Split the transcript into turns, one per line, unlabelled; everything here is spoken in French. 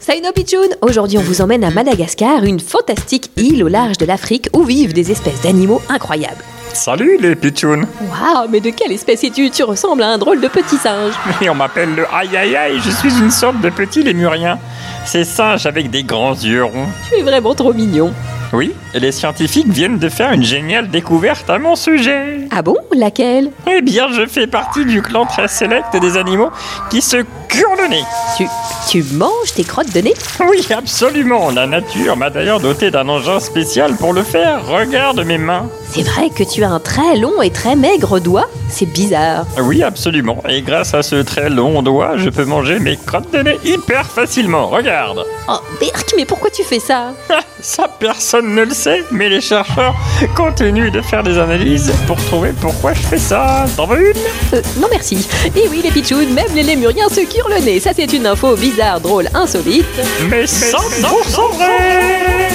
Saino Pichoun Aujourd'hui, on vous emmène à Madagascar, une fantastique île au large de l'Afrique où vivent des espèces d'animaux incroyables.
Salut les pitchouns
Waouh, mais de quelle espèce es-tu Tu ressembles à un drôle de petit singe.
Et on m'appelle le aïe aïe aïe, je suis une sorte de petit lémurien. C'est singe avec des grands yeux ronds.
Tu es vraiment trop mignon.
Oui, et les scientifiques viennent de faire une géniale découverte à mon sujet.
Ah bon Laquelle
Eh bien, je fais partie du clan très sélect des animaux qui se curent le nez.
Tu, tu manges tes crottes de nez
Oui, absolument. La nature m'a d'ailleurs doté d'un engin spécial pour le faire. Regarde mes mains.
C'est vrai que tu as un très long et très maigre doigt C'est bizarre.
Oui, absolument. Et grâce à ce très long doigt, je peux manger mes crottes de nez hyper facilement. Regarde.
Oh, Berk, mais pourquoi tu fais ça
Ça, personne ne le sait, mais les chercheurs continuent de faire des analyses pour trouver pourquoi je fais ça. T'en veux une
Euh, Non merci. Et oui, les pitchounes, même les lémuriens se curent le nez. Ça, c'est une info bizarre, drôle, insolite.
Mais 100% vrai